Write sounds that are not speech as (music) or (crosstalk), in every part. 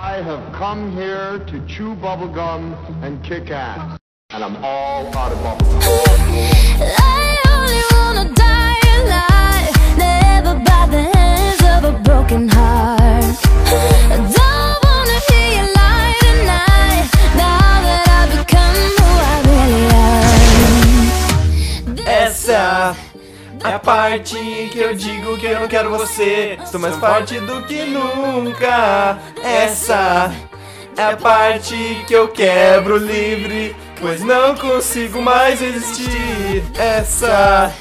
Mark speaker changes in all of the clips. Speaker 1: I have come here to chew bubblegum and kick ass. And I'm all out of bubblegum.
Speaker 2: I only wanna die a lie, never by the hands of a broken heart. I don't wanna hear you lie tonight. Now that I've become who I really am.
Speaker 3: Essa é a parte em que eu digo que eu não quero você. Estou mais forte do que nunca. Essa é a parte que eu quebro livre, pois não consigo mais existir. Essa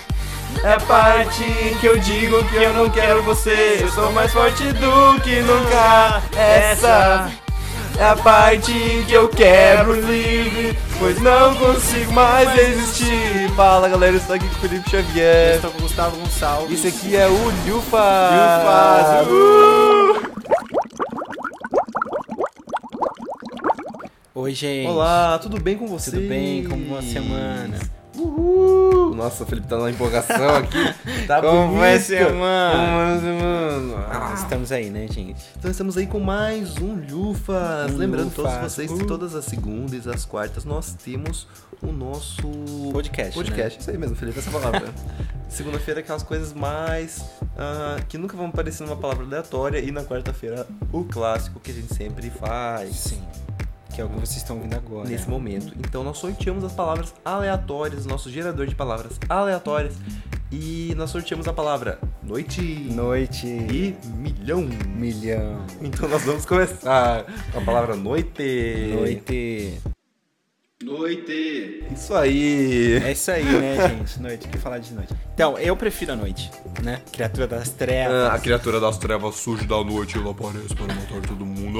Speaker 3: é a parte que eu digo que eu não quero você. Eu sou mais forte do que nunca. Essa é a parte que eu quebro livre, pois não consigo mais existir. Fala galera, eu estou aqui com o Felipe Xavier.
Speaker 4: Estou com o Gustavo Gonçalves.
Speaker 3: Isso aqui é o Lufas.
Speaker 4: Lufas, Oi, gente.
Speaker 3: Olá, tudo bem com vocês?
Speaker 4: Tudo bem? Como uma semana?
Speaker 3: Uhul! Nossa, o Felipe tá na empolgação aqui. (laughs) Tá
Speaker 4: Como vai a
Speaker 3: bonito.
Speaker 4: semana?
Speaker 3: Como vai a semana?
Speaker 4: Estamos aí, né, gente?
Speaker 3: Então estamos aí com mais um Lufas.
Speaker 4: Um
Speaker 3: Lembrando
Speaker 4: Lufas.
Speaker 3: todos vocês que
Speaker 4: Uh.
Speaker 3: todas as segundas e as quartas nós temos o nosso
Speaker 4: Podcast, né?
Speaker 3: Podcast, isso aí mesmo, Felipe, essa
Speaker 4: (laughs)
Speaker 3: palavra. Segunda-feira é aquelas coisas mais ah, que nunca vão parecer numa palavra aleatória e na quarta-feira o clássico que a gente sempre faz.
Speaker 4: Sim. Que é o que vocês estão ouvindo agora.
Speaker 3: Nesse momento. Então nós sorteamos as palavras aleatórias, nosso gerador de palavras aleatórias. E nós sorteamos a palavra noite
Speaker 4: Noite.
Speaker 3: e milhão.
Speaker 4: Milhão.
Speaker 3: Então nós vamos começar com a palavra noite.
Speaker 4: Noite.
Speaker 3: Noite. Isso aí.
Speaker 4: É isso aí, (laughs) né, gente? Noite. O que falar de noite? Então, eu prefiro a noite, né? Criatura das trevas.
Speaker 3: Ah, a
Speaker 5: É, criatura das trevas surge da noite e ela aparece para matar todo mundo.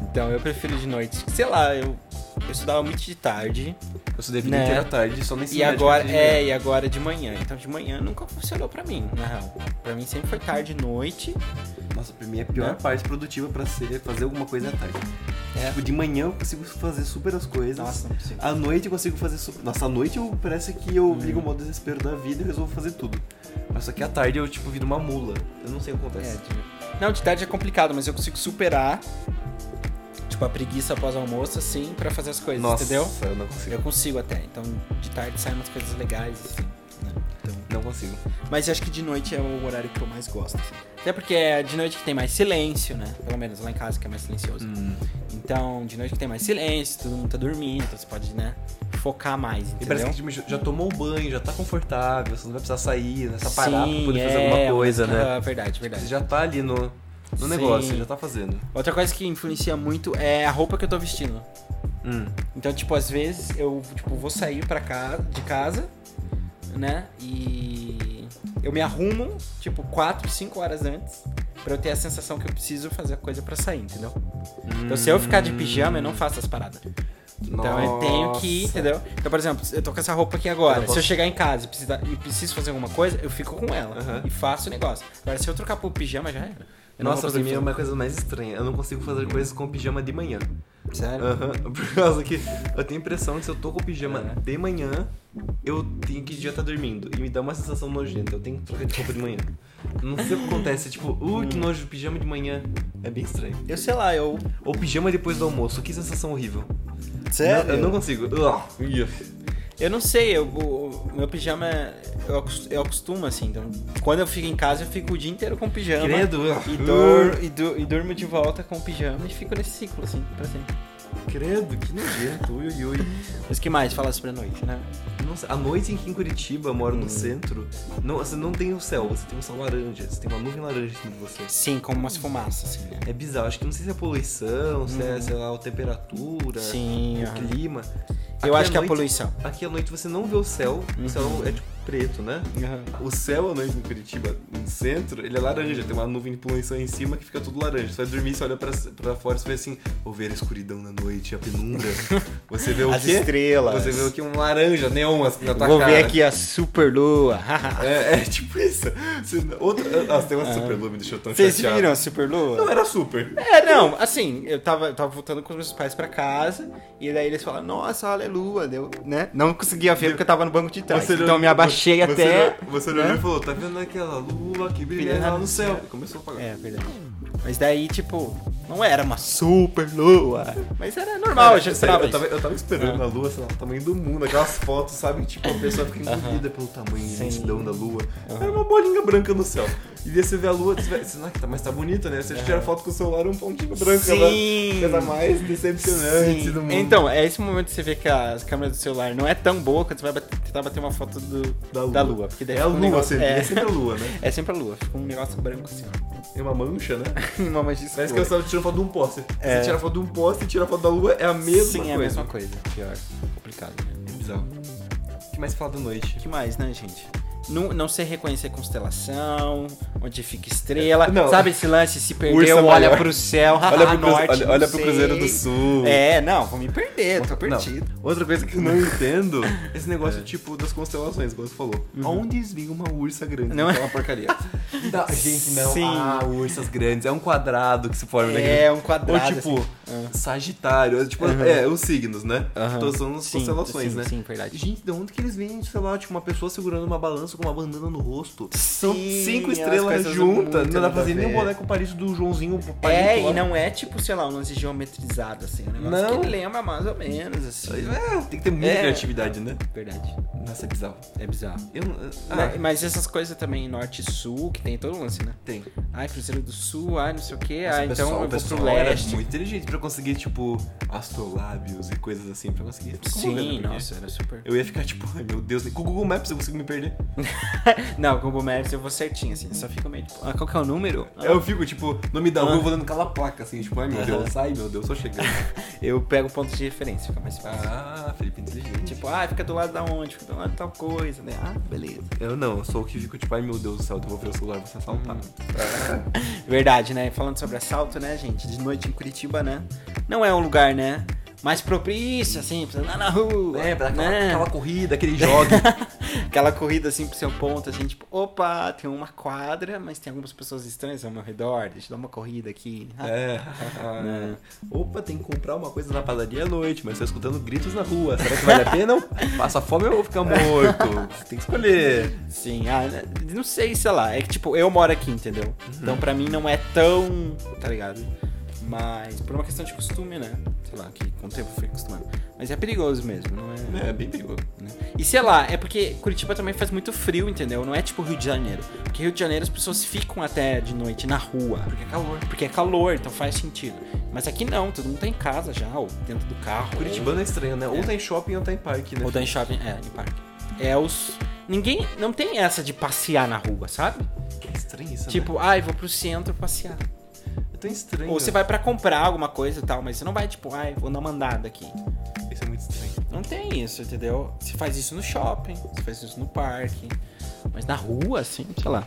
Speaker 4: Então, eu prefiro de noite. Sei lá, eu, eu estudava muito de tarde.
Speaker 3: Eu estudei a
Speaker 4: Né?
Speaker 3: tarde, só nesse
Speaker 4: E agora,
Speaker 3: né?
Speaker 4: é, e agora de manhã. Então de manhã nunca funcionou pra mim, na real. Pra mim sempre foi tarde, noite.
Speaker 3: Nossa, pra mim é a pior
Speaker 4: Né?
Speaker 3: parte produtiva pra ser fazer alguma coisa à tarde.
Speaker 4: É.
Speaker 3: Tipo, de manhã eu consigo fazer super as coisas.
Speaker 4: Nossa, não é consigo.
Speaker 3: À noite eu consigo fazer super. Nossa, à noite eu parece que
Speaker 5: Hum.
Speaker 3: eu ligo o modo desespero da vida e resolvo fazer tudo. Mas só que à tarde eu, tipo, viro uma mula. Eu não sei o que
Speaker 4: É,
Speaker 3: acontece.
Speaker 5: tipo,
Speaker 4: de- Não, de tarde é complicado, mas eu consigo superar, tipo, a preguiça após o almoço, assim, pra fazer as coisas,
Speaker 3: Nossa,
Speaker 4: entendeu?
Speaker 3: eu não consigo.
Speaker 4: Eu consigo até. Então de tarde saem umas coisas legais, assim. né? Então-
Speaker 3: Não consigo.
Speaker 4: Mas eu acho que de noite é o horário que eu mais gosto. assim. Até porque é de noite que tem mais silêncio, né? Pelo menos lá em casa que é mais silencioso.
Speaker 3: Hum.
Speaker 4: Então, de noite que tem mais silêncio, todo mundo tá dormindo, então você pode, né, focar mais,
Speaker 3: E
Speaker 4: entendeu?
Speaker 3: parece que tipo, já tomou o banho, já tá confortável, você não vai precisar sair, nessa parada tá pra
Speaker 4: Sim,
Speaker 3: poder fazer
Speaker 4: é,
Speaker 3: alguma coisa,
Speaker 4: outra-
Speaker 3: né?
Speaker 4: Ah, verdade, verdade.
Speaker 3: Você já tá ali no, no
Speaker 4: Sim.
Speaker 3: negócio, já tá fazendo.
Speaker 4: Outra coisa que influencia muito é a roupa que eu tô vestindo.
Speaker 3: Hum.
Speaker 4: Então, tipo, às vezes eu tipo, vou sair pra ca- de casa, né? E eu me arrumo, tipo, 4, 5 horas antes, pra eu ter a sensação que eu preciso fazer a coisa pra sair, entendeu? Então, se eu ficar de pijama, eu não faço as paradas. Então, eu tenho que,
Speaker 3: Nossa.
Speaker 4: entendeu? Então, por exemplo, eu tô com essa roupa aqui
Speaker 3: Eu
Speaker 4: agora.
Speaker 3: não
Speaker 4: Se eu
Speaker 3: posso-
Speaker 4: chegar em casa e precisar- e preciso fazer alguma coisa, eu fico com ela
Speaker 3: Aham.
Speaker 4: e faço o negócio. Agora, se eu trocar pro pijama, já era. Eu não
Speaker 3: Nossa,
Speaker 4: vou
Speaker 3: pra mim
Speaker 4: conseguir Hum.
Speaker 3: é uma coisa mais estranha. Eu não consigo fazer coisas com pijama de manhã.
Speaker 4: fazer- Sério?
Speaker 3: Aham, (laughs) Por causa que eu tenho a impressão que se eu tô com pijama
Speaker 4: É.
Speaker 3: de manhã, eu tenho que já tá dormindo. E me dá uma sensação nojenta. Eu tenho que trocar de roupa de manhã. Não sei o que acontece. é Tipo, uh,
Speaker 4: Hum.
Speaker 3: que nojo, pijama de manhã. É bem estranho.
Speaker 4: Eu sei lá, eu.
Speaker 3: Ou pijama depois do almoço. Que sensação horrível. Não,
Speaker 4: eu
Speaker 3: eu não consigo. Ugh.
Speaker 4: Eu não sei, eu, o o meu pijama é- eu, acos- eu acostumo assim, então quando eu fico em casa eu fico o dia inteiro com pijama
Speaker 3: Credo.
Speaker 4: e,
Speaker 3: ugh.
Speaker 4: É dor, e, du- e durmo de volta com pijama e fico nesse ciclo assim, pra sempre.
Speaker 3: Credo, que nojento. Ui, ui, ui.
Speaker 4: Mas que mais falar sobre a noite, né?
Speaker 3: Nossa, a noite aqui em Curitiba, eu moro no
Speaker 4: Hum.
Speaker 3: centro. Não, você não tem o céu, você tem um céu laranja, você tem uma nuvem laranja em cima de você.
Speaker 4: Sim, como umas fumaças assim, né?
Speaker 3: É bizarro, acho que não sei se é a poluição, se é, sei lá, a temperatura,
Speaker 4: Hum. Sim,
Speaker 3: o
Speaker 4: aham.
Speaker 3: clima.
Speaker 4: eu
Speaker 3: Aqui
Speaker 4: acho
Speaker 3: à
Speaker 4: que é a Uhum.
Speaker 3: noite-
Speaker 4: poluição.
Speaker 3: Aqui à noite você não vê o céu, o céu é tipo preto, né? O céu à noite em Curitiba, no centro, ele é laranja, tem uma nuvem de poluição em cima que fica tudo laranja. Você vai dormir, você olha pra, pra fora e você vê assim, ou ver a escuridão na noite, a
Speaker 4: (laughs)
Speaker 3: penumbra. Você vê o
Speaker 4: As
Speaker 3: quê?
Speaker 4: estrelas.
Speaker 3: Você vê o que? Um laranja, neon assim na tua
Speaker 4: Vou
Speaker 3: cara.
Speaker 4: ver aqui a super (laughs) lua.
Speaker 3: É, (laughs) é tipo isso. Você- Outra... ah, Nossa, tem uma super lume, deixou tão
Speaker 4: Ah. Vocês
Speaker 3: chateado.
Speaker 4: viram a super lua?
Speaker 3: Não era super.
Speaker 4: É, não, assim, eu tava, eu tava voltando com os meus pais pra casa, e daí eles falaram, nossa, olha a lua, deu, né? Não conseguia ver porque eu tava no banco de trás,
Speaker 3: Você olhou-
Speaker 4: então eu me abaixei
Speaker 3: você
Speaker 4: até...
Speaker 3: olhou- Você olhou
Speaker 4: né?
Speaker 3: e falou, tá vendo aquela lua que brilha
Speaker 4: Brilha
Speaker 3: lá no céu? E Começou a apagar.
Speaker 4: É, verdade. Mas É, daí, tipo, Não era uma super lua, mas era normal, eu já esperava
Speaker 3: eu, tava,
Speaker 4: isso.
Speaker 3: eu tava
Speaker 4: É.
Speaker 3: esperando a lua, sei lá, o tamanho do mundo, aquelas fotos, sabe? Tipo, a pessoa fica engolida pelo tamanho e lentidão da lua. Era uma bolinha branca no céu. E daí você vê a lua, você vê, você, "Ah, tá- mas tá bonita, né? Você tira foto com o celular, um pontinho branco.
Speaker 4: Sim.
Speaker 3: Ela, coisa mais decepcionante
Speaker 4: Sim.
Speaker 3: né, do mundo.
Speaker 4: Então, é esse momento que você vê que as câmeras do celular não é tão boa quando você vai bater- tentar bater uma foto do, da, lua. Porque daí
Speaker 3: é a
Speaker 4: fica um
Speaker 3: lua
Speaker 4: negócio,
Speaker 3: sempre, é.
Speaker 4: é,
Speaker 3: sempre a lua, né?
Speaker 4: (laughs) é sempre a lua, fica um negócio branco assim, ó.
Speaker 3: É uma mancha,
Speaker 4: (laughs)
Speaker 3: né?
Speaker 4: uma magia
Speaker 3: Parece que
Speaker 4: escura.
Speaker 3: eu tava tirando foto de um poste.
Speaker 4: É.
Speaker 3: Você tira foto de um poste e tira foto da lua, é a mesma
Speaker 4: Sim,
Speaker 3: coisa.
Speaker 4: é a mesma coisa. Pior. Complicado.
Speaker 3: É bizarro. O que mais falar da noite?
Speaker 4: O que mais, né, gente? Não, não sei reconhecer constelação, onde fica estrela.
Speaker 3: Não.
Speaker 4: Sabe esse lance? Se perdeu,
Speaker 3: Ursa
Speaker 4: olha
Speaker 3: maior.
Speaker 4: pro céu,
Speaker 3: Olha pro, Cruze-
Speaker 4: norte,
Speaker 3: olha-
Speaker 4: não
Speaker 3: olha pro
Speaker 4: sei.
Speaker 3: Cruzeiro do Sul.
Speaker 4: É, não, vou me perder, tô
Speaker 3: Não.
Speaker 4: perdido.
Speaker 3: Outra coisa que eu (laughs) não entendo, tá Uhum. esse negócio tipo das constelações, como você falou. Aonde desliga uma ursa grande?
Speaker 4: Não é?
Speaker 3: aquela porcaria. (laughs) Não, gente, não.
Speaker 4: Sim.
Speaker 3: Ah, ursas grandes. É um quadrado que se forma, né?
Speaker 4: É, um quadrado.
Speaker 3: Ou tipo,
Speaker 4: assim.
Speaker 3: Sagitário. É, Tipo, é, os signos, né?
Speaker 4: Aham.
Speaker 3: Todos são as
Speaker 4: Sim,
Speaker 3: constelações,
Speaker 4: sim,
Speaker 3: né?
Speaker 4: sim, verdade.
Speaker 3: Gente, de onde que eles vêm, sei lá, tipo, uma pessoa segurando uma balança com uma bandana no rosto? são
Speaker 4: Sim,
Speaker 3: cinco
Speaker 4: umas
Speaker 3: estrelas
Speaker 4: coisas
Speaker 3: juntas.
Speaker 4: muito
Speaker 3: Não dá
Speaker 4: nada
Speaker 3: pra fazer
Speaker 4: a
Speaker 3: nem o
Speaker 4: ver.
Speaker 3: boneco parecido do Joãozinho. Palito
Speaker 4: É, e
Speaker 3: lá.
Speaker 4: não é tipo, sei lá, um lance geometrizado, assim. Um negócio
Speaker 3: Não.
Speaker 4: que lembra mais ou menos, assim.
Speaker 3: É, tem que ter muita
Speaker 4: É.
Speaker 3: criatividade, né?
Speaker 4: Verdade.
Speaker 3: Nossa, é bizarro.
Speaker 4: É bizarro.
Speaker 3: Eu não. Ah,
Speaker 4: Ma- mas, essas coisas também, norte e sul, que tem todo o lance, né?
Speaker 3: tem.
Speaker 4: Ai, Cruzeiro do Sul, ai, não sei o quê,
Speaker 3: Nossa,
Speaker 4: ai,
Speaker 3: o
Speaker 4: então
Speaker 3: pessoal-
Speaker 4: eu
Speaker 3: o
Speaker 4: vou pro
Speaker 3: pessoal é era
Speaker 4: leste.
Speaker 3: muito inteligente pra conseguir, tipo, astrolábios e coisas assim, pra conseguir. Porque
Speaker 4: Sim, nossa, era super.
Speaker 3: Eu ia ficar tipo, ai meu Deus, com o Google Maps eu consigo me perder.
Speaker 4: (laughs) Não, com o Google Maps eu vou certinho, assim. Só fico meio tipo, ah, qual que é o número? Ah,
Speaker 3: Eu fico, tipo, não me dá um,
Speaker 4: Ah.
Speaker 3: eu vou dando aquela placa, assim, tipo, ai meu Deus, sai, meu Deus, tô chegando.
Speaker 4: Eu pego o ponto de referência, fica mais fácil.
Speaker 3: ah, Felipe inteligente.
Speaker 4: Tipo, ah, fica do lado da onde? Fica do lado de tal coisa, né? Ah, beleza.
Speaker 3: Eu não, eu sou o que fico, tipo, ai meu Deus do céu, eu vou ver o celular, vou um ser assaltado.
Speaker 4: Verdade, né? Falando sobre assalto, né, gente? De noite em Curitiba, né? Não é um lugar, né? Mais propício, assim, pra você andar na rua.
Speaker 3: É, pra dar aquela,
Speaker 4: né?
Speaker 3: aquela corrida, aquele jogue.
Speaker 4: (laughs) Aquela corrida assim pro seu ponto, assim, tipo, opa, tem uma quadra, mas tem algumas pessoas estranhas ao meu redor, deixa eu dar uma corrida aqui. Ah,
Speaker 3: É. (laughs) Opa, tem que comprar uma coisa na padaria à noite, mas tô escutando gritos na rua. Será que vale a pena? Passa fome ou fica morto? Você tem que escolher.
Speaker 4: Sim, ah, né, não sei, sei lá. É que, tipo, eu moro aqui, entendeu?
Speaker 3: Uhum.
Speaker 4: Então pra mim não é tão. tá ligado? Mas por uma questão de costume, né? Sei lá, que com o tempo eu fui acostumado. Mas é perigoso mesmo, não é?
Speaker 3: É, bem perigoso.
Speaker 4: né? E sei lá, é porque Curitiba também faz muito frio, entendeu? Não é tipo Rio de Janeiro. Porque Rio de Janeiro as pessoas ficam até de noite na rua.
Speaker 3: Porque é calor.
Speaker 4: Porque é calor, então faz sentido. Mas aqui não, todo mundo tá em casa já, ou dentro do carro.
Speaker 3: Curitibano é estranho, né? Ou tá em shopping ou tá em parque, né?
Speaker 4: Ou tá em shopping, é, em parque. É os. Ninguém. Não tem essa de passear na rua, sabe?
Speaker 3: É estranho isso,
Speaker 4: Tipo, ai, vou pro centro passear.
Speaker 3: né? É tão estranho.
Speaker 4: Ou você vai pra comprar alguma coisa e tal, mas você não vai, tipo, ai, vou na mandada aqui.
Speaker 3: Isso é muito estranho.
Speaker 4: Não tem isso, entendeu? Você faz isso no shopping, você faz isso no parque. Mas na rua, assim, sei lá.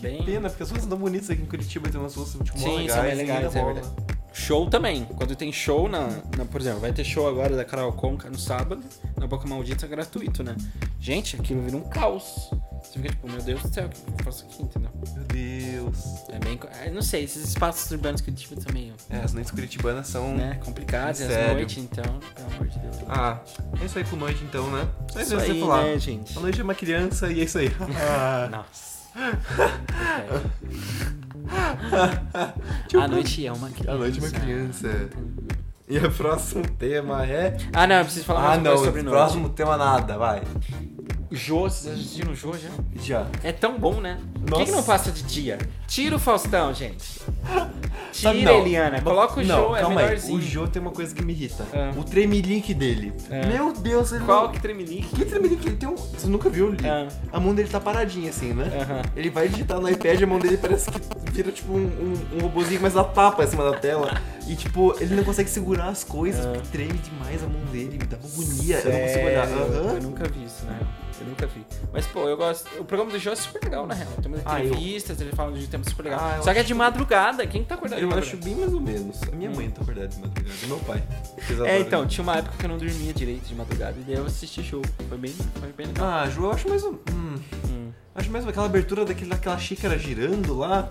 Speaker 4: Bem.
Speaker 3: Pena, porque as ruas são tão bonitas aqui em Curitiba, tem umas ruas, tipo, mó
Speaker 4: Sim,
Speaker 3: legais.
Speaker 4: são mais
Speaker 3: e
Speaker 4: legais,
Speaker 3: ainda
Speaker 4: é
Speaker 3: rola.
Speaker 4: verdade. Show também. Quando tem show na, na- Por exemplo, vai ter show agora da Carol Conca no sábado, na Boca Maldita é gratuito, né? Gente, aquilo vira um caos. Você fica tipo, meu Deus do céu, o que eu faço aqui, entendeu?
Speaker 3: Meu Deus.
Speaker 4: É bem. co- é, Não sei, esses espaços urbanos que eu tive também,
Speaker 3: É, as noites curitibanas são...
Speaker 4: né? Complicados, e as
Speaker 3: Hum, Sério.
Speaker 4: noites, então, pelo amor de Deus.
Speaker 3: Ah, é isso aí com noite, então, né? É
Speaker 4: Isso
Speaker 3: que você
Speaker 4: aí,
Speaker 3: falar.
Speaker 4: né, gente?
Speaker 3: A noite é uma criança e é isso aí. (laughs)
Speaker 4: Nossa. A noite é uma criança.
Speaker 3: A noite é uma criança. E o próximo tema é.
Speaker 4: Ah, não, eu preciso falar mais
Speaker 3: Ah,
Speaker 4: uma
Speaker 3: não,
Speaker 4: coisa sobre noite.
Speaker 3: próximo tema nada, vai.
Speaker 4: Jô, vocês assistiram o Jô já?
Speaker 3: Já.
Speaker 4: É tão bom, né? Por que,
Speaker 3: Nossa.
Speaker 4: que não passa de dia? Tira o Faustão,
Speaker 3: (laughs)
Speaker 4: gente. Tira,
Speaker 3: Sabe, não.
Speaker 4: Eliana. Coloca o
Speaker 3: não,
Speaker 4: Jô, é
Speaker 3: calma aí.
Speaker 4: melhorzinho.
Speaker 3: O Jô tem uma coisa que me irrita:
Speaker 4: Ah.
Speaker 3: o tremelique dele.
Speaker 4: Ah.
Speaker 3: Meu Deus, ele.
Speaker 4: Qual
Speaker 3: não-
Speaker 4: que tremelique?
Speaker 3: Que tremelique? Ele tem um. Você nunca viu ele?
Speaker 4: Ah.
Speaker 3: A mão dele tá paradinha assim, né?
Speaker 4: Aham.
Speaker 3: Ele vai digitar no iPad, a mão dele parece que vira tipo um, um, um robozinho, mas ela tapa em cima da tela. E tipo, ele não consegue segurar as coisas, porque treme demais a mão dele, me dá uma agonia. Eu não consigo olhar.
Speaker 4: É. Sério?
Speaker 3: Aham.
Speaker 4: É, Eu nunca vi isso, né? Eu nunca vi. Mas, pô, eu gosto. O programa do Jô é super legal, na real. Tem umas
Speaker 3: Ah, eu-
Speaker 4: entrevistas, ele fala de um tema super legal.
Speaker 3: Ah, eu
Speaker 4: Só que é
Speaker 3: acho
Speaker 4: de madrugada. Quem que tá acordando? de
Speaker 3: Eu acho
Speaker 4: madrugada?
Speaker 3: bem mais ou menos. A minha
Speaker 4: Hum.
Speaker 3: mãe tá acordada de madrugada, meu pai. Vocês
Speaker 4: É,
Speaker 3: adoram.
Speaker 4: então, tinha uma época que eu não dormia direito de madrugada. E daí eu assisti show. Foi bem, foi bem legal.
Speaker 3: Ah, Ju, eu acho mais um. hum,
Speaker 4: Hum.
Speaker 3: Acho mais aquela abertura daquele, daquela xícara girando lá.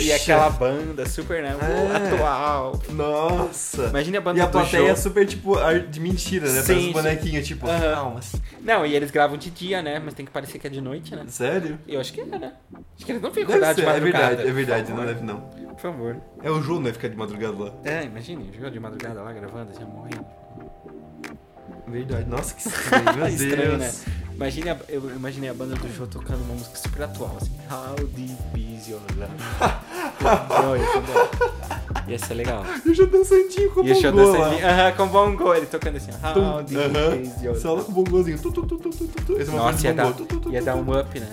Speaker 4: E aquela banda super, né?
Speaker 3: É.
Speaker 4: Atual.
Speaker 3: Nossa!
Speaker 4: Imagina a banda
Speaker 3: e a
Speaker 4: do
Speaker 3: plateia
Speaker 4: Jô.
Speaker 3: é super, tipo, ar- de mentira, né?
Speaker 4: Sim,
Speaker 3: Parece
Speaker 4: sim.
Speaker 3: um bonequinho, tipo,
Speaker 4: Aham.
Speaker 3: calma.
Speaker 4: Não, e eles gravam de dia, né? Mas tem que parecer que é de noite, né?
Speaker 3: Sério?
Speaker 4: Eu acho que é, né? Acho que eles não ficam
Speaker 3: Deve
Speaker 4: acordados
Speaker 3: ser,
Speaker 4: de
Speaker 3: é
Speaker 4: madrugada.
Speaker 3: verdade, é verdade, não deve não.
Speaker 4: por favor.
Speaker 3: É o Ju, né? Ficar de madrugada lá.
Speaker 4: É, imagine, jogou de madrugada lá gravando, assim, morrendo.
Speaker 3: Verdade. Nossa,
Speaker 4: (laughs)
Speaker 3: que estranho. Meu Deus.
Speaker 4: Estranho, né? Imagine a, eu imaginei a banda do Jô tocando uma música super atual, assim. How deep is your love? Entendeu? Entendeu? Ia ser legal.
Speaker 3: E o Jô dançantinho com o
Speaker 4: E é o show
Speaker 3: bongô lá.
Speaker 4: dançando. Aham, com bongo, ele tocando assim. ó. How deep is
Speaker 3: Aham.
Speaker 4: your
Speaker 3: Só lá
Speaker 4: love?
Speaker 3: com o bongozinho. Tu, tu, tu, tu, tu, tu. Esse é uma
Speaker 4: Nossa,
Speaker 3: parte do
Speaker 4: ia dar,
Speaker 3: bongô. Tu, tu, tu,
Speaker 4: ia
Speaker 3: tu,
Speaker 4: dar
Speaker 3: tu.
Speaker 4: um up, né?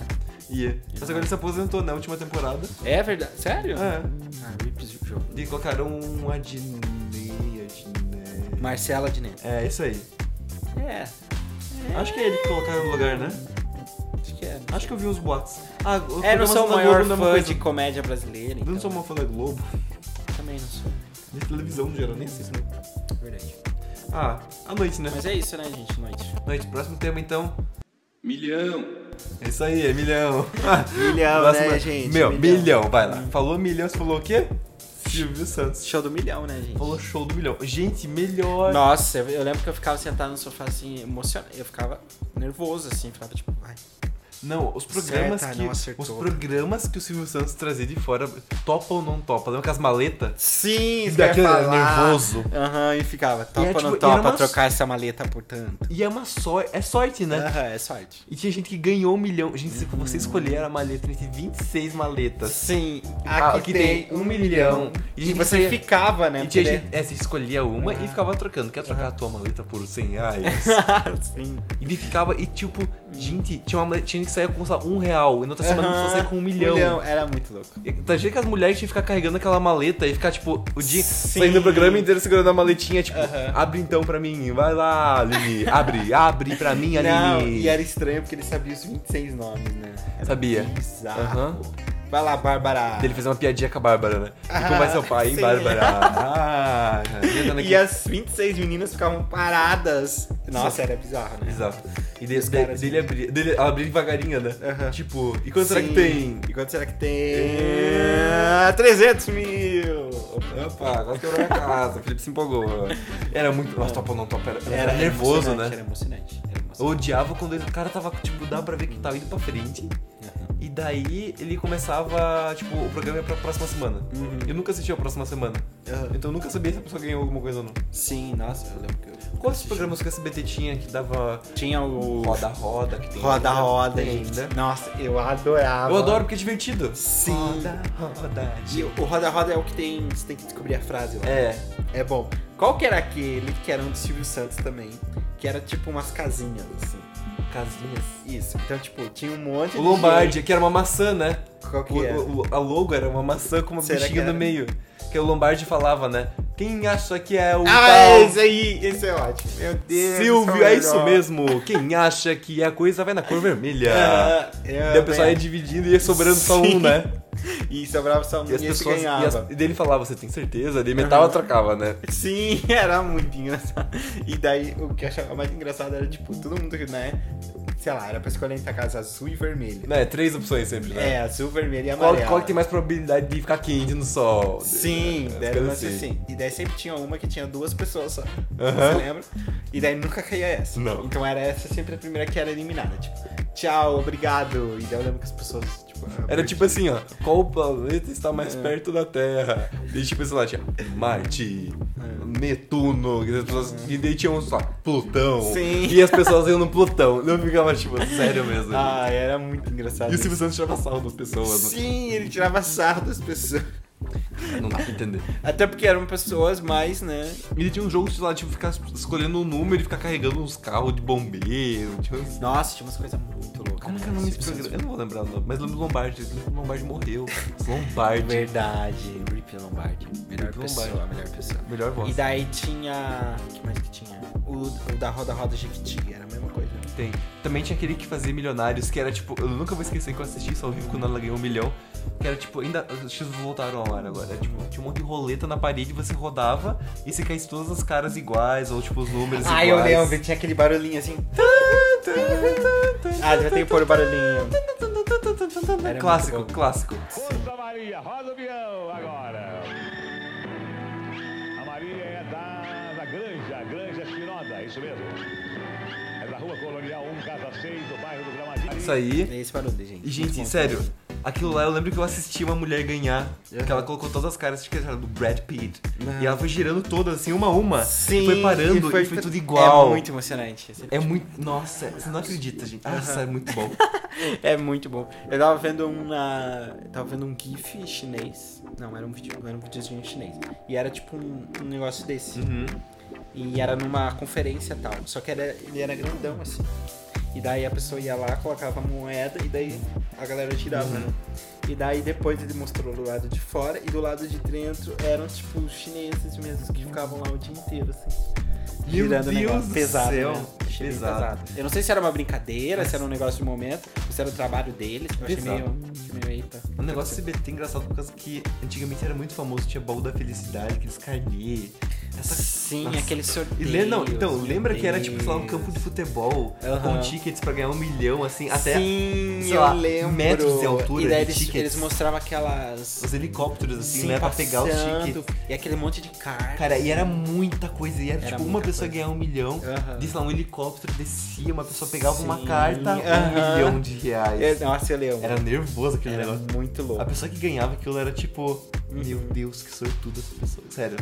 Speaker 3: Ia. Mas agora ele se aposentou na última temporada.
Speaker 4: É verdade. Sério?
Speaker 3: É.
Speaker 4: Ah, rips do Jô.
Speaker 3: E colocaram um Adnei, Adnei.
Speaker 4: Marcela Diné.
Speaker 3: É, isso aí.
Speaker 4: É,
Speaker 3: Acho que é ele que colocaram no lugar, né?
Speaker 4: acho que é.
Speaker 3: Acho que eu vi uns boatos. Ah, o
Speaker 4: É, não
Speaker 3: programação
Speaker 4: sou o
Speaker 3: da
Speaker 4: maior
Speaker 3: Globo não é uma
Speaker 4: fã
Speaker 3: coisa-
Speaker 4: de comédia brasileira.
Speaker 3: Eu
Speaker 4: Então.
Speaker 3: não sou uma fã da Globo. (laughs)
Speaker 4: Também não sou.
Speaker 3: De televisão, no geral, nem assisto, né?
Speaker 4: Verdade.
Speaker 3: Ah, à noite, né?
Speaker 4: Mas é isso, né, gente? Noite.
Speaker 3: Noite, próximo tema então.
Speaker 5: Milhão.
Speaker 3: É isso aí, é milhão.
Speaker 4: (laughs) Milhão,
Speaker 3: Próxima-
Speaker 4: né, gente?
Speaker 3: Meu, milhão.
Speaker 4: Milhão.
Speaker 3: vai lá. Falou milhão, você falou o quê? Silvio Santos.
Speaker 4: Show do milhão, né, gente?
Speaker 3: Falou show do milhão. Gente, melhor.
Speaker 4: Nossa, eu, eu lembro que eu ficava sentado no sofá assim, emocionado. Eu ficava nervoso, assim, ficava tipo, ai.
Speaker 3: Não, os programas
Speaker 4: Acerta,
Speaker 3: que.
Speaker 4: não acertou.
Speaker 3: os programas que o Silvio Santos trazia de fora, topa ou não topa? Lembra com as maletas?
Speaker 4: Sim, isso que eu ia
Speaker 3: Daquele era
Speaker 4: falar.
Speaker 3: nervoso.
Speaker 4: Aham, e ficava, topa ou
Speaker 3: tipo,
Speaker 4: não
Speaker 3: era
Speaker 4: topa
Speaker 3: uma-
Speaker 4: trocar essa maleta por tanto.
Speaker 3: E é uma sorte. É sorte, né?
Speaker 4: Aham, é sorte.
Speaker 3: E tinha gente que ganhou um milhão. Gente, se você
Speaker 4: Hum.
Speaker 3: escolher a maleta entre 26 maletas.
Speaker 4: Sim,
Speaker 3: Ah, aqui tem um milhão.
Speaker 4: E
Speaker 3: E
Speaker 4: você
Speaker 3: você-
Speaker 4: ficava, né? Ah.
Speaker 3: E tinha
Speaker 4: porque-
Speaker 3: gente, é, você escolhia uma e ficava trocando. Quer trocar a tua maleta por 100 reais?
Speaker 4: (laughs) Sim.
Speaker 3: e ele ficava, e tipo, gente, tinha uma maleta, tinha que sair com sei lá, um real. E na outra semana
Speaker 4: Aham,
Speaker 3: você saía com um milhão.
Speaker 4: Era muito louco.
Speaker 3: E Tá vendo que as mulheres tinham que ficar carregando aquela maleta e ficar, tipo, o dia
Speaker 4: Sim.
Speaker 3: saindo do programa inteiro segurando a maletinha, tipo, abre então pra mim, vai lá, Aline, abre, abre pra mim, Aline.
Speaker 4: Não, e era estranho porque ele sabia os 26 nomes, né? Era
Speaker 3: Sabia.
Speaker 4: Bizarro.
Speaker 3: Aham.
Speaker 4: Vai lá, Bárbara.
Speaker 3: Daí Ele fez uma piadinha com a Bárbara, né? E como é seu pai, hein,
Speaker 4: Ah, sim. (laughs)
Speaker 3: Bárbara? Ah, tentando aqui.
Speaker 4: E as 26 meninas ficavam paradas. Nossa, era bizarro, né?
Speaker 3: Exato. E de, de,
Speaker 4: caras,
Speaker 3: dele abrir, dele ela abrir devagarinho, né?
Speaker 4: Aham.
Speaker 3: Tipo, e quanto será que
Speaker 4: Sim.
Speaker 3: tem?
Speaker 4: E quanto será que tem? 300 mil!
Speaker 3: Opa, quase quebrou a casa. O Felipe se empolgou. Era muito. Nossa, topa ou não topa. Era, era,
Speaker 4: Era
Speaker 3: nervoso, né?
Speaker 4: emocionante, Era emocionante. Era
Speaker 3: Eu
Speaker 4: emocionante.
Speaker 3: odiava quando ele, o cara tava, tipo, dá pra ver que tava indo pra frente. E daí ele começava, tipo, o programa ia pra próxima semana.
Speaker 4: Uhum.
Speaker 3: Eu nunca assisti a próxima semana.
Speaker 4: Aham.
Speaker 3: Então eu nunca sabia se a pessoa ganhou alguma coisa ou não.
Speaker 4: Sim, nossa, eu lembro que eu...
Speaker 3: Quantos programas que a SBT tinha que dava
Speaker 4: Tinha o...
Speaker 3: roda roda que tem
Speaker 4: Roda
Speaker 3: ainda?
Speaker 4: Roda,
Speaker 3: Tem
Speaker 4: gente. Nossa, eu adorava.
Speaker 3: Eu adoro porque é divertido.
Speaker 4: Sim.
Speaker 3: Roda roda.
Speaker 4: E o Roda Roda é o que tem... Você tem que descobrir a frase lá.
Speaker 3: É.
Speaker 4: É bom. Qual que era aquele que era um do Silvio Santos também? Que era tipo umas casinhas, assim.
Speaker 3: Casinhas.
Speaker 4: Isso. Então, tipo, tinha um monte
Speaker 3: O
Speaker 4: de.
Speaker 3: Lombardi, que era uma maçã, né?
Speaker 4: gente- Qual que
Speaker 3: O-
Speaker 4: é?
Speaker 3: o- o- a logo era uma maçã com uma
Speaker 4: Será
Speaker 3: bichinha
Speaker 4: que
Speaker 3: no
Speaker 4: era?
Speaker 3: meio. Que o Lombardi falava, né? Quem acha que é o
Speaker 4: Ah, é esse
Speaker 3: tal
Speaker 4: aí! Esse é ótimo. Meu Deus.
Speaker 3: Silvio?
Speaker 4: esse
Speaker 3: É
Speaker 4: o
Speaker 3: isso
Speaker 4: melhor.
Speaker 3: mesmo. Quem acha que a coisa vai na cor vermelha.
Speaker 4: Ah, é,
Speaker 3: Daí o pessoal
Speaker 4: bem-
Speaker 3: ia dividindo e ia sobrando só um,
Speaker 4: Sim. (laughs)
Speaker 3: né?
Speaker 4: E sobrava só um
Speaker 3: E as
Speaker 4: e esse Uhum.
Speaker 3: pessoas. E,
Speaker 4: ganhava.
Speaker 3: as, e daí ele falava, você tem certeza? Daí metava trocava, né?
Speaker 4: Sim, (laughs) era muito engraçado. E daí, o que eu achava mais engraçado era, tipo, todo mundo, né? Sei lá, era pra escolher entre a casa azul e vermelha.
Speaker 3: Não, é três opções sempre, né?
Speaker 4: É, azul, vermelho e
Speaker 3: Qual,
Speaker 4: amarelo.
Speaker 3: qual que tem mais É, probabilidade de ficar quente no sol?
Speaker 4: Sim,
Speaker 3: As
Speaker 4: era um
Speaker 3: coisas
Speaker 4: lance assim. E daí sempre tinha uma que tinha duas pessoas só.
Speaker 3: Aham.
Speaker 4: Você lembra? E daí nunca caía essa.
Speaker 3: Não.
Speaker 4: Então era essa sempre a primeira que era eliminada. Tipo, tchau, obrigado. E daí eu lembro que as pessoas, tipo.
Speaker 3: Era tipo assim, ó, qual planeta está mais
Speaker 4: É.
Speaker 3: perto da Terra? E tipo, sei lá, tinha Marte,
Speaker 4: É.
Speaker 3: Netuno, e, as pessoas, e daí tinha um só, Plutão.
Speaker 4: Sim.
Speaker 3: E as pessoas iam no Plutão. Não ficava, tipo, sério mesmo.
Speaker 4: Ah, era muito engraçado.
Speaker 3: e o
Speaker 4: isso.
Speaker 3: Silvio Santos tirava sarro das pessoas. né?
Speaker 4: Sim, ele tirava sarro das pessoas.
Speaker 3: Não dá pra entender.
Speaker 4: Até porque eram pessoas mais, né?
Speaker 3: E ele tinha um jogo, sei lá, tipo, ficar escolhendo um número e ficar carregando uns carros de bombeiro. Tinha uns...
Speaker 4: Nossa, tinha umas coisas muito loucas.
Speaker 3: Como que
Speaker 4: né?
Speaker 3: era o nome desse
Speaker 4: Silvio
Speaker 3: programa? Eu
Speaker 4: Santos.
Speaker 3: não vou lembrar o nome, mas lembro do Lombardi. Lembro que o Lombardi
Speaker 4: (laughs)
Speaker 3: morreu. Lombardi.
Speaker 4: Verdade, Rip Lombardi. Melhor
Speaker 3: Rip
Speaker 4: pessoa,
Speaker 3: Lombardi.
Speaker 4: melhor pessoa.
Speaker 3: Melhor voz.
Speaker 4: E daí tinha. O que mais que tinha? O, o da Roda Roda Jequiti, era a mesma coisa.
Speaker 3: Tem. Também tinha aquele que fazia milionários, que era tipo, eu nunca vou esquecer que eu assisti isso ao vivo quando ela ganhou um milhão. Que era tipo, ainda. Os X voltaram ao ar agora. Era, tipo, tinha um monte de roleta na parede, você rodava e você caísse todas as caras iguais, ou tipo, os números
Speaker 4: Ah,
Speaker 3: iguais.
Speaker 4: eu lembro, tinha aquele barulhinho assim. Ah, já tem que pôr o barulhinho. Era
Speaker 3: Clássico,
Speaker 4: muito bom.
Speaker 3: clássico.
Speaker 6: Santa Maria, roda o peão agora. A Maria é da, da Granja, Granja Espinosa, isso mesmo. É da Rua Colonial 1, Casa 6, do bairro do Gramadinho.
Speaker 3: Isso aí.
Speaker 4: É esse barulho,
Speaker 3: E,
Speaker 4: gente.
Speaker 3: gente,
Speaker 4: Muito bom.
Speaker 3: sério, Aquilo lá eu lembro que eu assisti uma mulher ganhar. Que ela colocou todas as caras acho que era do Brad Pitt. E ela foi girando todas, assim, uma a uma. E foi parando e foi, tudo igual.
Speaker 4: É muito emocionante.
Speaker 3: É muito- Nossa, você não acredita, gente. Nossa, é muito
Speaker 4: (laughs)
Speaker 3: bom.
Speaker 4: É muito bom. Eu tava vendo um na. eu Tava vendo um GIF chinês. Não, era um vídeo, era um videozinho chinês. E era tipo um, um negócio desse.
Speaker 3: Uhum.
Speaker 4: E era numa conferência e tal. Só que era, ele era grandão, assim. E daí a pessoa ia lá, colocava a moeda e daí a galera tirava,
Speaker 3: Uhum.
Speaker 4: né? E daí depois ele mostrou do lado de fora e do lado de dentro eram tipo os chineses mesmo que ficavam lá o dia inteiro, assim.
Speaker 3: Meu
Speaker 4: Girando o
Speaker 3: Deus
Speaker 4: negócio
Speaker 3: do
Speaker 4: pesado,
Speaker 3: céu.
Speaker 4: né? Achei bem
Speaker 3: Pesado.
Speaker 4: Eu não sei se era uma brincadeira, se era um negócio de momento, ou se era o trabalho deles. Eu achei
Speaker 3: Pesado.
Speaker 4: meio, achei meio eita.
Speaker 3: O negócio do CBT é engraçado por causa que antigamente era muito famoso, tinha baú da felicidade, aqueles carnê. Essa...
Speaker 4: Sim,
Speaker 3: Nossa.
Speaker 4: aquele
Speaker 3: E
Speaker 4: sorteio.
Speaker 3: le... Não, então,
Speaker 4: meu
Speaker 3: lembra que era tipo, sei lá, um
Speaker 4: Deus.
Speaker 3: campo de futebol
Speaker 4: Aham.
Speaker 3: com tickets pra ganhar um milhão, assim, até
Speaker 4: Sim,
Speaker 3: sei lá,
Speaker 4: eu lembro.
Speaker 3: metros de altura
Speaker 4: E daí
Speaker 3: de
Speaker 4: eles,
Speaker 3: tickets.
Speaker 4: eles mostravam aquelas.
Speaker 3: os helicópteros, assim,
Speaker 4: Sim,
Speaker 3: né, pra pegar os
Speaker 4: passando,
Speaker 3: tickets.
Speaker 4: E aquele monte de carta.
Speaker 3: Cara, e era muita coisa, e era,
Speaker 4: Era
Speaker 3: tipo uma
Speaker 4: muita
Speaker 3: pessoa
Speaker 4: coisa.
Speaker 3: ganhar um milhão,
Speaker 4: Aham.
Speaker 3: disse lá, um helicóptero descia, uma pessoa pegava uma
Speaker 4: Sim,
Speaker 3: carta, um
Speaker 4: aham.
Speaker 3: milhão de reais.
Speaker 4: Eu- É, nossa, eu lembro.
Speaker 3: Era nervoso aquele
Speaker 4: Era
Speaker 3: negócio.
Speaker 4: muito louco.
Speaker 3: A pessoa que ganhava aquilo era tipo, meu Deus, que sortudo essa pessoa. Sério.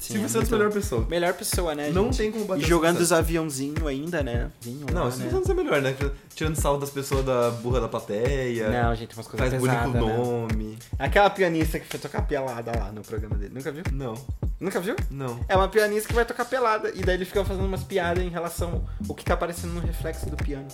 Speaker 4: Sim,
Speaker 3: Silvio
Speaker 4: é
Speaker 3: Santos,
Speaker 4: muito
Speaker 3: melhor pessoa.
Speaker 4: Melhor pessoa, né?
Speaker 3: Não
Speaker 4: gente?
Speaker 3: tem como bater
Speaker 4: E
Speaker 3: o
Speaker 4: jogando
Speaker 3: Silvio
Speaker 4: os aviãozinhos ainda, né? Vinho
Speaker 3: Não,
Speaker 4: lá,
Speaker 3: o Silvio
Speaker 4: né?
Speaker 3: Santos é melhor, né? Tirando salvo das pessoas da burra da plateia.
Speaker 4: Não, gente, umas coisas
Speaker 3: Faz bullying com o
Speaker 4: pesadas, né?
Speaker 3: nome.
Speaker 4: Aquela pianista que foi tocar pelada lá no programa dele. Nunca viu?
Speaker 3: Não,
Speaker 4: Nunca viu?
Speaker 3: não.
Speaker 4: É uma pianista que vai tocar pelada. E daí ele fica fazendo umas piadas em relação ao que tá aparecendo no reflexo do piano.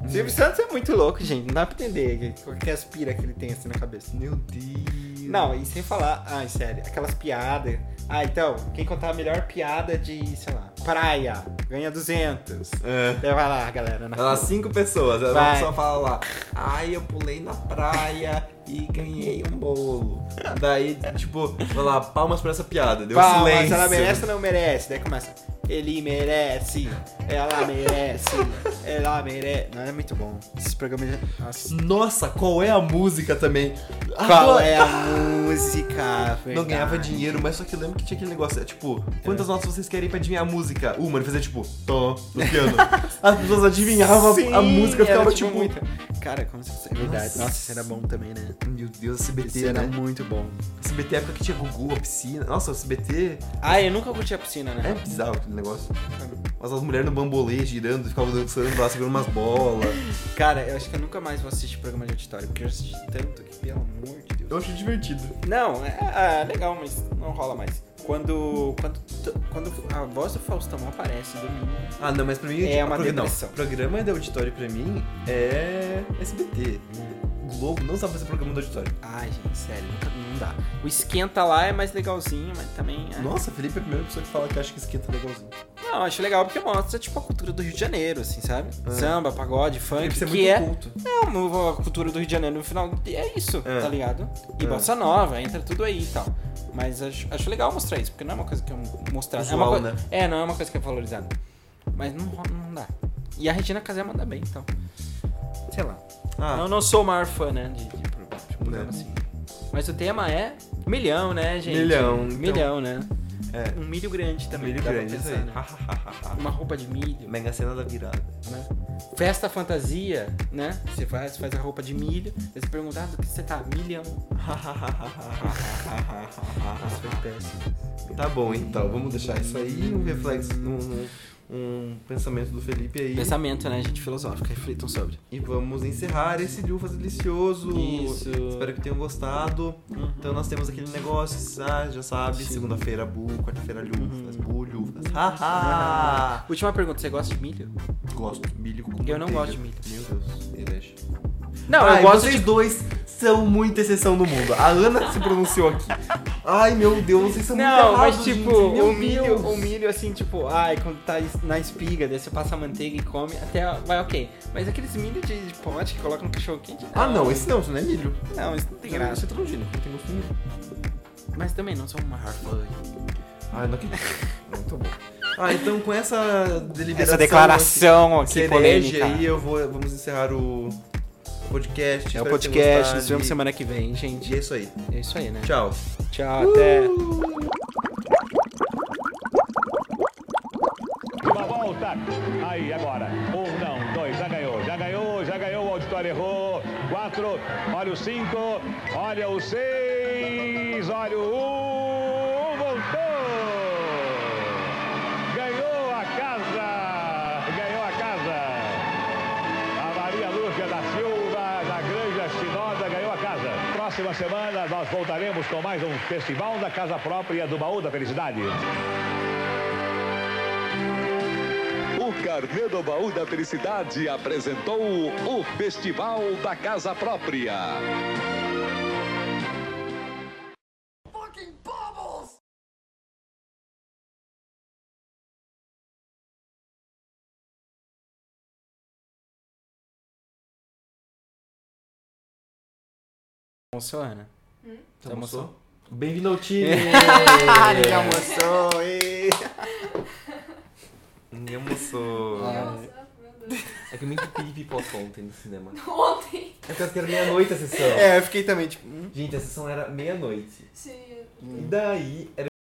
Speaker 3: Hum.
Speaker 4: Silvio Santos é muito louco, gente. Não dá pra entender qualquer aspira que ele tem assim na cabeça.
Speaker 3: Meu Deus.
Speaker 4: Não, e sem falar, ai, sério, aquelas piadas. Ah, então, quem contar a melhor piada de, sei lá, praia, ganha 200.
Speaker 3: É.
Speaker 4: Daí Vai lá, galera. na
Speaker 3: Olha lá, é cinco pessoas. Aí Uma
Speaker 4: Vai.
Speaker 3: pessoa fala lá, ai, eu pulei na praia e ganhei um bolo. Daí, tipo, vai lá, palmas pra essa piada. Deu
Speaker 4: Palmas,
Speaker 3: silêncio.
Speaker 4: ela merece ou não merece? Daí começa. Ele merece, ela merece, ela merece. Não, é muito bom. Esses programas. de- Nossa.
Speaker 3: Nossa, qual é a música também?
Speaker 4: Qual
Speaker 3: Adoro-
Speaker 4: é a música?
Speaker 3: Não
Speaker 4: verdade?
Speaker 3: ganhava dinheiro, mas só que eu lembro que tinha aquele negócio, é tipo, quantas notas vocês querem pra adivinhar a música? Uma, ele fazia tipo, tô, no piano. (laughs) As pessoas adivinhavam
Speaker 4: Sim,
Speaker 3: a música,
Speaker 4: era,
Speaker 3: ficava tipo.
Speaker 4: muito. Cara, como se fosse. É verdade. Nossa, isso era bom também, né?
Speaker 3: Meu Deus,
Speaker 4: Isso
Speaker 3: SBT,
Speaker 4: era
Speaker 3: né?
Speaker 4: muito bom.
Speaker 3: SBT é a época que tinha Gugu, a piscina. Nossa, o SBT
Speaker 4: Ah, eu nunca curti a piscina,
Speaker 3: é
Speaker 4: né?
Speaker 3: bizarro aquele negócio. Mas as mulheres no bambolê girando, ficavam dançando lá, segurando umas bolas.
Speaker 4: É? Cara, eu acho que eu nunca mais vou assistir programa de auditório, porque eu já assisti tanto que, pelo amor de Deus.
Speaker 3: Eu achei divertido.
Speaker 4: Não, é, é legal, mas não rola mais. Quando, quando, quando a voz do Faustão aparece domingo.
Speaker 3: Ah, não, mas pra mim.
Speaker 4: É uma
Speaker 3: programa,
Speaker 4: depressão.
Speaker 3: Não, programa de auditório pra mim é SBT. Globo não sabe fazer programa de auditório.
Speaker 4: Ai, gente, sério, nunca- não dá. O esquenta lá é mais legalzinho, mas também. é-
Speaker 3: Nossa, Felipe é a primeira pessoa que fala que acha que esquenta legalzinho.
Speaker 4: Não, eu acho legal porque mostra, tipo, a cultura do Rio de Janeiro, assim, sabe? Samba, pagode, funk,
Speaker 3: Felipe, você é
Speaker 4: que é.
Speaker 3: muito culto.
Speaker 4: Não, a cultura do Rio de Janeiro no final é isso,
Speaker 3: É.
Speaker 4: tá ligado? E
Speaker 3: É.
Speaker 4: bossa nova, entra tudo aí e tal. Mas acho, acho legal mostrar isso, porque não é uma coisa que eu mostrar. é,
Speaker 3: Usual,
Speaker 4: uma coi-
Speaker 3: né?
Speaker 4: é, não é uma coisa que é valorizada. Mas não, ro- não dá. E a Regina Casé manda bem, então. Sei lá.
Speaker 3: Ah,
Speaker 4: Eu não sou o maior fã, né? De, de pro- de programa
Speaker 3: Né.
Speaker 4: assim. Mas o tema é milhão, né, gente?
Speaker 3: Milhão, então.
Speaker 4: Milhão, né?
Speaker 3: É.
Speaker 4: Um milho grande também.
Speaker 3: milho
Speaker 4: dá pra
Speaker 3: grande, isso
Speaker 4: pensar,
Speaker 3: aí.
Speaker 4: né? Uma roupa de milho
Speaker 3: Mega cena da virada.
Speaker 4: (laughs) né? Festa fantasia, né? Você faz, faz a roupa de milho, eles perguntam, ah, do que você tá? Milhão. Isso foi péssimo.
Speaker 3: tá bom, então, vamos deixar isso aí, um reflexo, um, um pensamento do Felipe aí.
Speaker 4: Pensamento, né, gente? Filosófico, reflitam sobre.
Speaker 3: E vamos encerrar esse Lufas Delicioso.
Speaker 4: Isso. Uhum.
Speaker 3: Espero que tenham gostado. Então nós temos aquele negócio, ah, já sabe,
Speaker 4: Sim. Uhum.
Speaker 3: segunda-feira bu, quarta-feira lufas, bu, lufas. Haha!
Speaker 4: Última pergunta, você gosta de milho?
Speaker 3: Gosto. Milho com
Speaker 4: Eu não
Speaker 3: manteiga.
Speaker 4: gosto de milho.
Speaker 3: Meu Deus, me deixa.
Speaker 4: Não,
Speaker 3: Ai,
Speaker 4: Ah, eu gosto
Speaker 3: vocês
Speaker 4: de...
Speaker 3: dois são muita exceção no mundo. A Ana se pronunciou aqui. Ai, meu Deus, vocês são muito
Speaker 4: Não,
Speaker 3: errados,
Speaker 4: mas tipo,
Speaker 3: gente. Meu
Speaker 4: o milho,
Speaker 3: Deus.
Speaker 4: o milho assim, tipo, ai, quando tá es- na espiga, daí você passa a manteiga e come, até vai ok. Mas aqueles milho de de pote que colocam no cachorro quente.
Speaker 3: Ah, não, esse não, isso não é milho.
Speaker 4: Não, isso não tem graça.
Speaker 3: Isso é transgênico, não tem gosto de milho.
Speaker 4: Mas também não sou o maior fã.
Speaker 3: Ah, eu não acredito. Muito bom. Ah, então com essa deliberação.
Speaker 4: Essa declaração
Speaker 3: esse
Speaker 4: aqui
Speaker 3: cereje
Speaker 4: polêmica.
Speaker 3: aí, eu vou, vamos encerrar o podcast.
Speaker 4: É
Speaker 3: Espero
Speaker 4: o
Speaker 3: que
Speaker 4: podcast,
Speaker 3: tenham
Speaker 4: nos vemos
Speaker 3: gostado.
Speaker 4: semana que vem, gente.
Speaker 3: E é isso aí.
Speaker 4: É isso aí, né?
Speaker 3: Tchau.
Speaker 4: Tchau, até.
Speaker 6: Uma volta. Aí, agora. Um, não, dois, já ganhou. Já ganhou, já ganhou, o auditório errou. Quatro. quatro, olha o cinco, olha o seis, olha o um, voltou! Ganhou a casa! Ganhou a casa! A Maria Lúcia da Silva, da Granja Chinosa, ganhou a casa. Próxima semana nós voltaremos com mais um festival da casa própria do Baú da Felicidade.
Speaker 7: O Carnê do Baú da Felicidade apresentou o Festival da Casa Própria.
Speaker 4: Almoçou, Ana? Você almoçou?
Speaker 3: Bem-vindo ao time!
Speaker 4: Ah, ele almoçou! e-
Speaker 3: Ninguém almoçou. É que eu me entupi de pipoca ontem no cinema.
Speaker 8: (laughs) Ontem.
Speaker 3: É porque era meia-noite a sessão.
Speaker 4: É, eu fiquei também, tipo... hum.
Speaker 3: Gente, a sessão era meia-noite.
Speaker 8: Sim.
Speaker 3: E daí, era